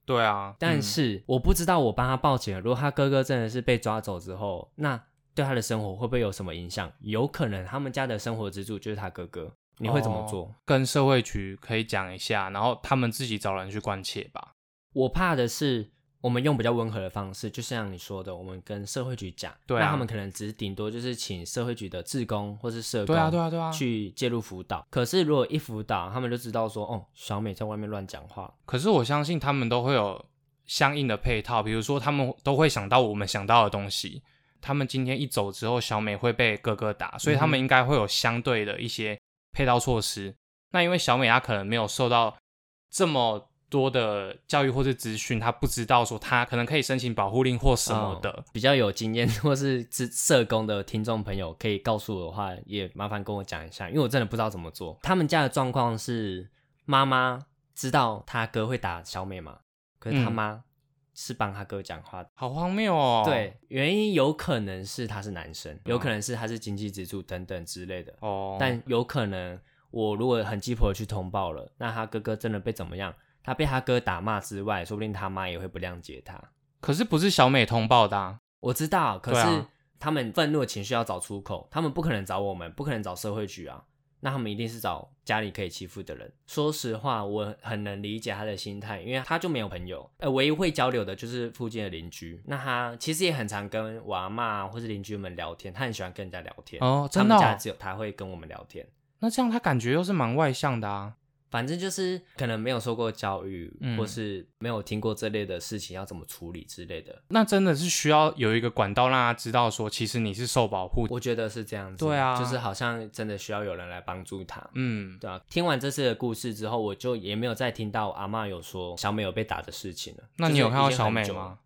Speaker 1: 对啊，
Speaker 2: 但
Speaker 1: 嗯
Speaker 2: 是、我不知道，我帮他报警了，如果他哥哥真的是被抓走之后，那对他的生活会不会有什么影响？有可能他们家的生活支柱就是他哥哥，你会怎么
Speaker 1: 哦
Speaker 2: 做？
Speaker 1: 跟社会局可以讲一下，然后他们自己找人去关切吧。
Speaker 2: 我怕的是，我们用比较温和的方式，就像你说的，我们跟社会局讲，
Speaker 1: 对啊
Speaker 2: 那他们可能只是顶多就是请社会局的志工或是社工，
Speaker 1: 对啊，对啊，对啊。
Speaker 2: 去介入辅导。可是如果一辅导，他们就知道说，哦，小美在外面乱讲话，
Speaker 1: 可是我相信他们都会有相应的配套，比如说他们都会想到我们想到的东西。他们今天一走之后，小美会被哥哥打，所以
Speaker 2: 嗯
Speaker 1: 他们应该会有相对的一些配套措施。那因为小美她可能没有受到这么多的教育或是资讯，她不知道说她可能可以申请保护令或什么的。
Speaker 2: 嗯比较有经验 [laughs] 或是是社工的听众朋友，可以告诉我的话，也麻烦跟我讲一下，因为我真的不知道怎么做。他们家的状况是，妈妈知道他哥会打小美嘛，可是他
Speaker 1: 嗯
Speaker 2: 妈是帮他哥讲话的。
Speaker 1: 好荒谬哦！
Speaker 2: 对，，原因有可能是他是男生，有可能是他是经济支柱等等之类的，
Speaker 1: 哦，
Speaker 2: 但有可能我如果很鸡婆地去通报了，那他哥哥真的被怎么样？他被他哥打骂之外，说不定他妈也会不谅解他。
Speaker 1: 可是不是小美通报的、啊，
Speaker 2: 我知道，可
Speaker 1: 对啊
Speaker 2: 是他们愤怒的情绪要找出口，他们不可能找我们，不可能找社会局啊，那他们一定是找家里可以欺负的人。说实话，我很能理解他的心态，因为他就没有朋友，呃，唯一会交流的就是附近的邻居。那他其实也很常跟我阿妈或是邻居们聊天，他很喜欢跟人家聊天。
Speaker 1: 哦，
Speaker 2: 他
Speaker 1: 真的
Speaker 2: 们
Speaker 1: 哦、
Speaker 2: 家只有他会跟我们聊天。
Speaker 1: 那这样她感觉又是蛮外向的啊。
Speaker 2: 反正就是可能没有受过教育，
Speaker 1: 嗯
Speaker 2: 或是没有听过这类的事情要怎么处理之类的，
Speaker 1: 那真的是需要有一个管道让他知道说，其实你是受保护。
Speaker 2: 我觉得是这样子。
Speaker 1: 对啊
Speaker 2: 就是好像真的需要有人来帮助他。
Speaker 1: 嗯，
Speaker 2: 对啊，听完这次的故事之后，我就也没有再听到阿嬷有说小美有被打的事情了。
Speaker 1: 那
Speaker 2: 就是
Speaker 1: 你有看到
Speaker 2: 已经
Speaker 1: 小
Speaker 2: 很
Speaker 1: 美
Speaker 2: 久
Speaker 1: 吗
Speaker 2: 了？？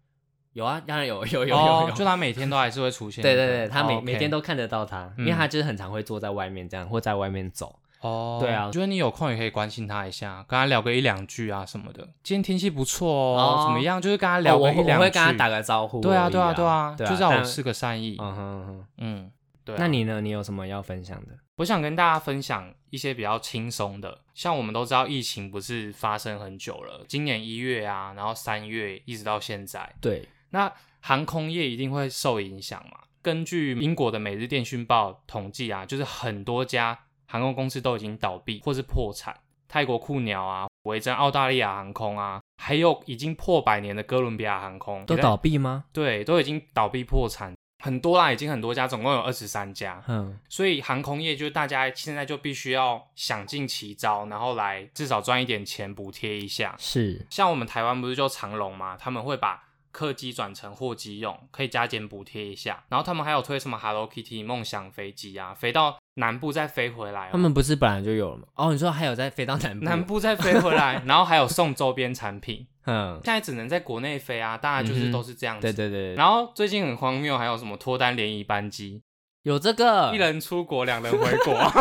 Speaker 2: 有啊，当然有，有有有有
Speaker 1: 哦
Speaker 2: 有
Speaker 1: 就她每天都还是会出现。
Speaker 2: [laughs] 对对对，她每、
Speaker 1: 哦，OK
Speaker 2: 每天都看得到她，因为
Speaker 1: 嗯
Speaker 2: 她就是很常会坐在外面这样，或在外面走。
Speaker 1: 哦，
Speaker 2: 对啊
Speaker 1: 觉得你有空也可以关心她一下，跟她聊个一两句啊什么的。今天天气不错
Speaker 2: 哦
Speaker 1: 哦，怎么样？就是跟她聊
Speaker 2: 哦我
Speaker 1: 个
Speaker 2: 会
Speaker 1: 一
Speaker 2: 我
Speaker 1: 两句。
Speaker 2: 会跟她打。个招呼而已。
Speaker 1: 对啊，对啊，对啊，
Speaker 2: 对啊，
Speaker 1: 就让我
Speaker 2: 但
Speaker 1: 是个善意。
Speaker 2: 嗯哼嗯哼。
Speaker 1: 嗯，对啊。
Speaker 2: 那你呢？你有什么要分享的？
Speaker 1: 我想跟大家分享一些比较轻松的，像我们都知道疫情不是发生很久了，今年一月啊，然后三月一直到现在，
Speaker 2: 对，
Speaker 1: 那航空业一定会受影响嘛？根据英国的《每日电讯报》统计啊，就是很多家航空公司都已经倒闭或是破产，泰国酷鸟啊、维珍澳大利亚航空啊，还有已经破百年的哥伦比亚航空
Speaker 2: 都
Speaker 1: 也在
Speaker 2: 倒闭吗？
Speaker 1: 对，都已经倒闭破产，很多啦，已经很多家，总共有二十三家。
Speaker 2: 嗯，
Speaker 1: 所以航空业就大家现在就必须要想尽其招，然后来至少赚一点钱补贴一下。
Speaker 2: 是，
Speaker 1: 像我们台湾不是就长龙嘛，他们会把客机转成货机用，可以加减补贴一下。然后他们还有推什么 Hello Kitty 梦想飞机啊，飞到南部再飞回来、哦，
Speaker 2: 他们不是本来就有了吗？哦，你说还有在飞到南部？
Speaker 1: 南部再飞回来，然后还有送周边产品。
Speaker 2: 嗯，
Speaker 1: 现在只能在国内飞啊，大家就是
Speaker 2: 嗯哼
Speaker 1: 都是这样子。
Speaker 2: 对对对，
Speaker 1: 然后最近很荒谬，还有什么脱单联谊班机，
Speaker 2: 有这个
Speaker 1: 一人出国，两人回国。 [laughs]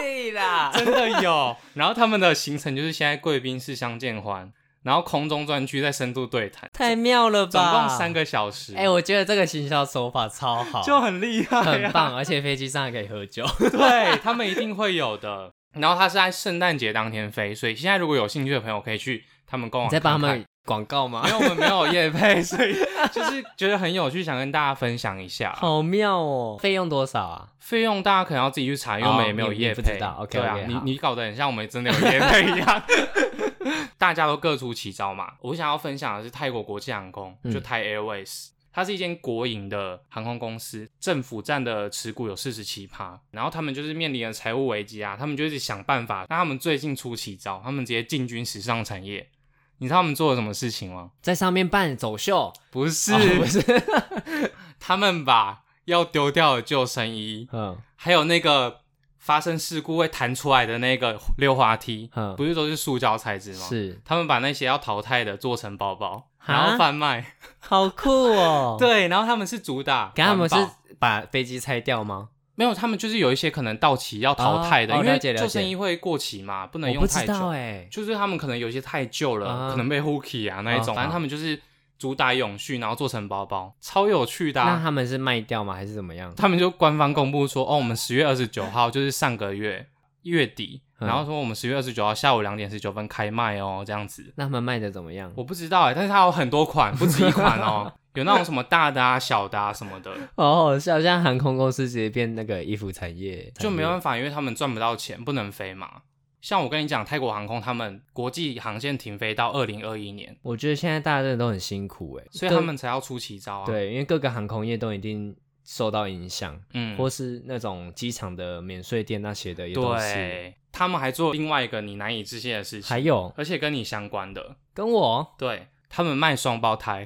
Speaker 2: 屁啦，
Speaker 1: 真的有。然后他们的行程就是现在贵宾室相见欢，然后空中专区在深度对谈，
Speaker 2: [laughs] 太妙了吧！
Speaker 1: 总共三。个小时，
Speaker 2: 哎、我觉得这个行销手法超
Speaker 1: [laughs]
Speaker 2: 好，
Speaker 1: 就很厉害、啊
Speaker 2: 很。棒，而且飞机上还可以
Speaker 1: [laughs]
Speaker 2: 喝酒。
Speaker 1: 对他们一定会有的。然后他是在圣诞节当天飞，所以现在如果有兴趣的朋友可以去他们官
Speaker 2: 你
Speaker 1: 网
Speaker 2: 在帮他
Speaker 1: 看看
Speaker 2: 们广告吗
Speaker 1: 没？有，我们没有夜配，所以就是觉得很有趣，想跟大家分享一下。
Speaker 2: 好妙哦！费用多少啊？
Speaker 1: 费用大家可能要自己去查，因为我们也没有
Speaker 2: 哦你
Speaker 1: 业
Speaker 2: 你不
Speaker 1: 配。
Speaker 2: 知道，OK，
Speaker 1: 对啊
Speaker 2: OK，
Speaker 1: 你
Speaker 2: 好
Speaker 1: 你搞得很像我们真的有业配一样。 [laughs] 大家都各出奇招嘛。我想要分享的是泰国国际航空，
Speaker 2: 嗯
Speaker 1: 就 Thai Airways，、它是一间国营的航空公司，政府占的持股有四十七趴。然后他们就是面临了财务危机啊，他们就一直想办法。那他们最近出奇招，他们直接进军时尚产业。你知道他们做了什么事情吗？
Speaker 2: 在上面办走秀，
Speaker 1: 不是，
Speaker 2: 哦不是？
Speaker 1: [laughs] 他们把要丢掉的救生衣
Speaker 2: 嗯，
Speaker 1: 还有那个发生事故会弹出来的那个溜滑梯，
Speaker 2: 嗯
Speaker 1: 不是都是塑胶材质吗？，
Speaker 2: 是，
Speaker 1: 他们把那些要淘汰的做成包包，
Speaker 2: 哈
Speaker 1: 然后贩卖。！，
Speaker 2: 好酷哦
Speaker 1: [laughs] 对，然后他们是主打环保，
Speaker 2: 给他们是把飞机拆掉吗？
Speaker 1: 没有，他们就是有一些可能到期要淘汰的，
Speaker 2: 哦哦
Speaker 1: 因为
Speaker 2: 了解了解
Speaker 1: 救生衣会过期嘛，不能
Speaker 2: 我
Speaker 1: 用
Speaker 2: 不知
Speaker 1: 太
Speaker 2: 道
Speaker 1: 久。
Speaker 2: 哎、
Speaker 1: 就是他们可能有些太旧了，
Speaker 2: 啊
Speaker 1: 可能被 hooky 啊那一种，
Speaker 2: 啊
Speaker 1: 反正他们就是主打永续，然后做成包包，超有趣的、
Speaker 2: 那
Speaker 1: 啊。
Speaker 2: 他们是卖掉吗？还是怎么样？
Speaker 1: 他们就官方公布说，哦，我们十月二十九号就是上个月月底，
Speaker 2: 嗯
Speaker 1: 然后说我们十月二十九号下午两点十九分开卖哦，这样子。
Speaker 2: 那他们卖的怎么样？
Speaker 1: 我不知道哎，但是它有很多款，不止一款
Speaker 2: [laughs]
Speaker 1: 哦，有那种什么大的啊、小的啊什么的，
Speaker 2: 好哦好笑，像航空公司直接变那个衣服产业，
Speaker 1: 就没办法，因为他们赚不到钱，不能飞嘛。像我跟你讲，泰国航空他们国际航线停飞到二零二一年，
Speaker 2: 我觉得现在大家真的都很辛苦哎、
Speaker 1: 所以
Speaker 2: 各
Speaker 1: 他们才要出奇招啊。，
Speaker 2: 对，因为各个航空业都一定受到影响，
Speaker 1: 嗯，
Speaker 2: 或是那种机场的免税店那些的也都是。
Speaker 1: 对，他们还做另外一个你难以置信的事
Speaker 2: 还
Speaker 1: 情，
Speaker 2: 有
Speaker 1: 而且跟你相关的，[laughs]
Speaker 2: 跟我
Speaker 1: 对他们卖双胞胎，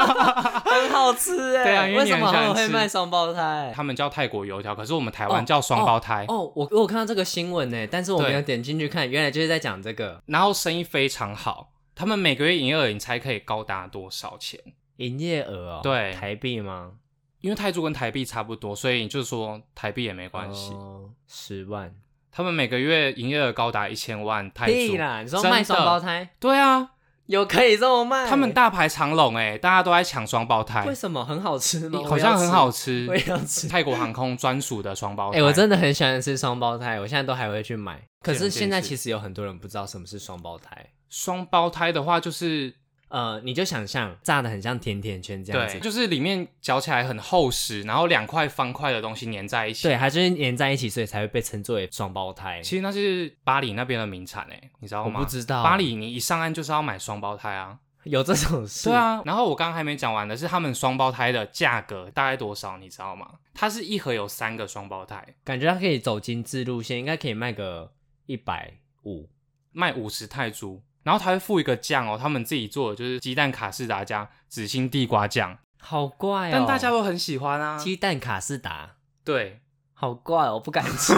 Speaker 2: 很好吃哎、
Speaker 1: 对啊因为
Speaker 2: 为
Speaker 1: 你
Speaker 2: 什么
Speaker 1: 很喜
Speaker 2: 他
Speaker 1: 欢
Speaker 2: 们会
Speaker 1: 吃
Speaker 2: 卖双胞胎？
Speaker 1: 他们叫泰国油条，可是我们台湾
Speaker 2: 哦
Speaker 1: 叫双胞胎，
Speaker 2: 哦，我我有看到这个新闻呢，但是我没有
Speaker 1: 对
Speaker 2: 点进去看，原来就是在讲这个
Speaker 1: 然后生意非常好。他们每个月营业额你猜可以高达多少钱？
Speaker 2: 营业额哦，
Speaker 1: 对
Speaker 2: 台币吗？
Speaker 1: 因为泰铢跟台币差不多，所以就说台币也没关系。
Speaker 2: 哦十、10万，
Speaker 1: 他们每个月营业额高达一千万泰
Speaker 2: 屁
Speaker 1: 铢。
Speaker 2: 啦！你说
Speaker 1: 真的
Speaker 2: 卖双胞胎
Speaker 1: 对啊，
Speaker 2: 有可以这么卖？
Speaker 1: 他们大排长龙哎、大家都在抢双胞胎
Speaker 2: 哎为，什么很好吃吗？
Speaker 1: 好像很好吃
Speaker 2: 吃，我。也要吃。
Speaker 1: 泰国航空专属的双胞
Speaker 2: 哎、
Speaker 1: 胎，
Speaker 2: 我真的很喜欢吃双胞胎，我现在都还会去买。可
Speaker 1: 见仁
Speaker 2: 是
Speaker 1: 见
Speaker 2: 现在
Speaker 1: 智
Speaker 2: 其实有很多人不知道什么是双胞胎。
Speaker 1: 双胞胎的话就是
Speaker 2: 呃，你就想象炸的很像甜甜圈这样子
Speaker 1: 对，，就是里面嚼起来很厚实，然后两块方块的东西粘在一起。
Speaker 2: 对，它就是粘在一起，所以才会被称作为双胞胎。
Speaker 1: 其实那是巴黎那边的名产哎、你知道
Speaker 2: 我
Speaker 1: 吗？
Speaker 2: 不知道
Speaker 1: 巴黎你一上岸就是要买双胞胎啊。
Speaker 2: 有这种事，
Speaker 1: 对，啊，然后我刚刚还没讲完的是，他们双胞胎的价格大概多少，你知道吗？它是一盒有三个双胞胎，
Speaker 2: 感觉它可以走精致路线，应该可以卖个一百五。
Speaker 1: 卖五十泰铢，然后它会附一个酱哦，他们自己做的就是鸡蛋卡士达加紫心地瓜酱，
Speaker 2: 好怪哦！
Speaker 1: 但大家都很喜欢啊。
Speaker 2: 鸡蛋卡士达，
Speaker 1: 对，
Speaker 2: 好怪、哦，我不敢
Speaker 1: [laughs]
Speaker 2: 吃。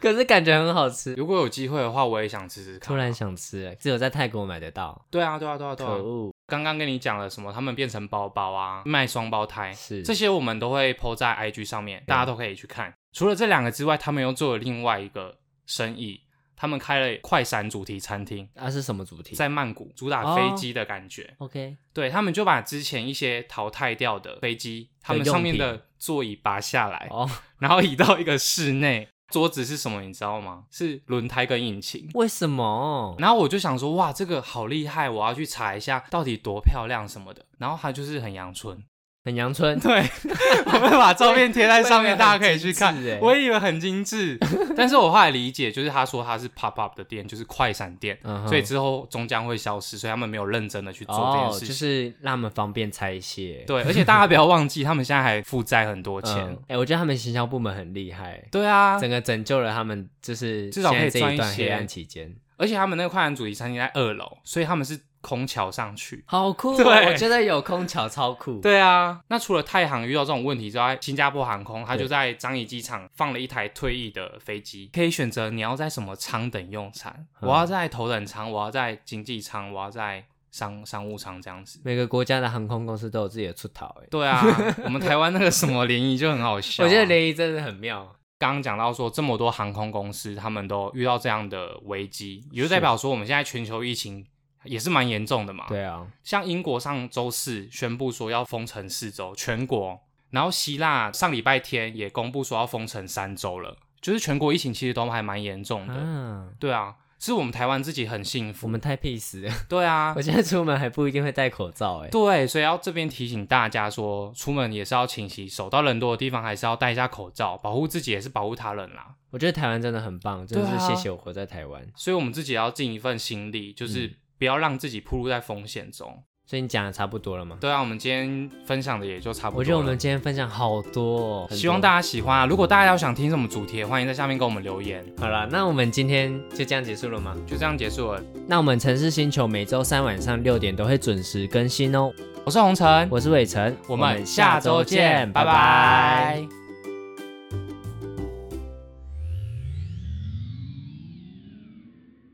Speaker 2: 可是感觉很好吃，
Speaker 1: 如果有机会的话，我也想吃吃看。啊
Speaker 2: 突然，想吃了，只有在泰国买得到。
Speaker 1: 对啊，对啊，对啊，对
Speaker 2: 可
Speaker 1: 啊。
Speaker 2: 恶，
Speaker 1: 刚刚跟你讲了什么？他们变成包包啊，卖双胞胎，
Speaker 2: 是
Speaker 1: 这些我们都会 PO 在 IG 上面，大家都可以去看。除了这两个之外，他们又做了另外一个生意，他们开了快闪主题餐厅，
Speaker 2: 啊是什么主题？
Speaker 1: 在曼谷，主打飞机的感觉。
Speaker 2: OK，
Speaker 1: 对他们就把之前一些淘汰掉的飞机，他们上面的座椅拔下来，
Speaker 2: 哦，
Speaker 1: 然后移到一个室内。桌子是什么？你知道吗？是轮胎跟引擎。
Speaker 2: 为什么？
Speaker 1: 然后我就想说，哇，这个好厉害，我要去查一下到底多漂亮什么的。然后它就是很阳春， [laughs]
Speaker 2: 很阳春，
Speaker 1: 对，我会把照片贴在上面，
Speaker 2: 会会很
Speaker 1: 大家可以去看
Speaker 2: 精致欸。
Speaker 1: 我也以为很精致，但是我后来理解，就是他说他是 pop up 的店，就是快闪店，
Speaker 2: 嗯哼
Speaker 1: 所以之后终将会消失，所以他们没有认真的去做这
Speaker 2: 哦
Speaker 1: 件，事情。
Speaker 2: 就是让他们方便拆卸。
Speaker 1: 对，而且大家不要忘记，他们现在还负债很多钱。
Speaker 2: 嗯哎、我觉得他们行销部门很厉害，
Speaker 1: 对啊，
Speaker 2: 整个拯救了他们，就是
Speaker 1: 至少可以
Speaker 2: 现在这
Speaker 1: 赚一
Speaker 2: 一段黑
Speaker 1: 些
Speaker 2: 暗期间，
Speaker 1: 而且他们那个快闪主题餐厅在二楼，所以他们是空桥上去。
Speaker 2: 好酷、哦！
Speaker 1: 对
Speaker 2: 我觉得有空调超酷。，
Speaker 1: 对啊，那除了太行遇到这种问题之外，新加坡航空它
Speaker 2: 对
Speaker 1: 就在樟宜机场放了一台退役的飞机，可以选择你要在什么舱等用餐，
Speaker 2: 嗯
Speaker 1: 我要在头等舱，我要在经济舱，我要在商商务舱这样子。
Speaker 2: 每个国家的航空公司都有自己的出逃、哎，
Speaker 1: 对
Speaker 2: [laughs]
Speaker 1: 啊，我们台湾那个什么联谊就很好笑啊、
Speaker 2: 我觉得联谊真的很妙。
Speaker 1: 刚刚讲到说，这么多航空公司他们都遇到这样的危机，也就代表说我们现在全球疫情也是蛮严重的嘛。，
Speaker 2: 对啊，
Speaker 1: 像英国上周四宣布说要封城四周，全国，然后希腊上礼拜天也公布说要封城三周了，就是全国疫情其实都还蛮严重的。
Speaker 2: 啊，
Speaker 1: 对啊，是我们台湾自己很幸
Speaker 2: 我
Speaker 1: 福。
Speaker 2: 们太 peace 了，
Speaker 1: 对啊
Speaker 2: [laughs] 我，现在出门还不一定会戴口罩、哎，
Speaker 1: 对，所以要这边提醒大家说，出门也是要勤洗手，到人多的地方还是要戴一下口罩，保护自己也是保护他人啦。
Speaker 2: 我觉得台湾真的很棒，真的
Speaker 1: 对
Speaker 2: 是
Speaker 1: 啊
Speaker 2: 谢谢我活在台湾。
Speaker 1: 所以我们自己也要尽一份心力，就是
Speaker 2: 嗯
Speaker 1: 不要让自己暴露在风险中。
Speaker 2: 所以你讲的差不多了吗？
Speaker 1: 对啊，我们今天分享的也就差不多了。
Speaker 2: 我觉得我们今天分享好多、哦，
Speaker 1: 希望
Speaker 2: 家。
Speaker 1: 大家喜欢啊！如果大家要想听什么主题，欢迎在下面跟我们留言。
Speaker 2: 好了，那我们今天就这样结束了吗？
Speaker 1: 就这样结束了，
Speaker 2: 那我们城市星球每周三晚上六点都会准时更新哦。
Speaker 1: 我是红尘，
Speaker 2: 我是伟成，
Speaker 1: 我们下周见，拜拜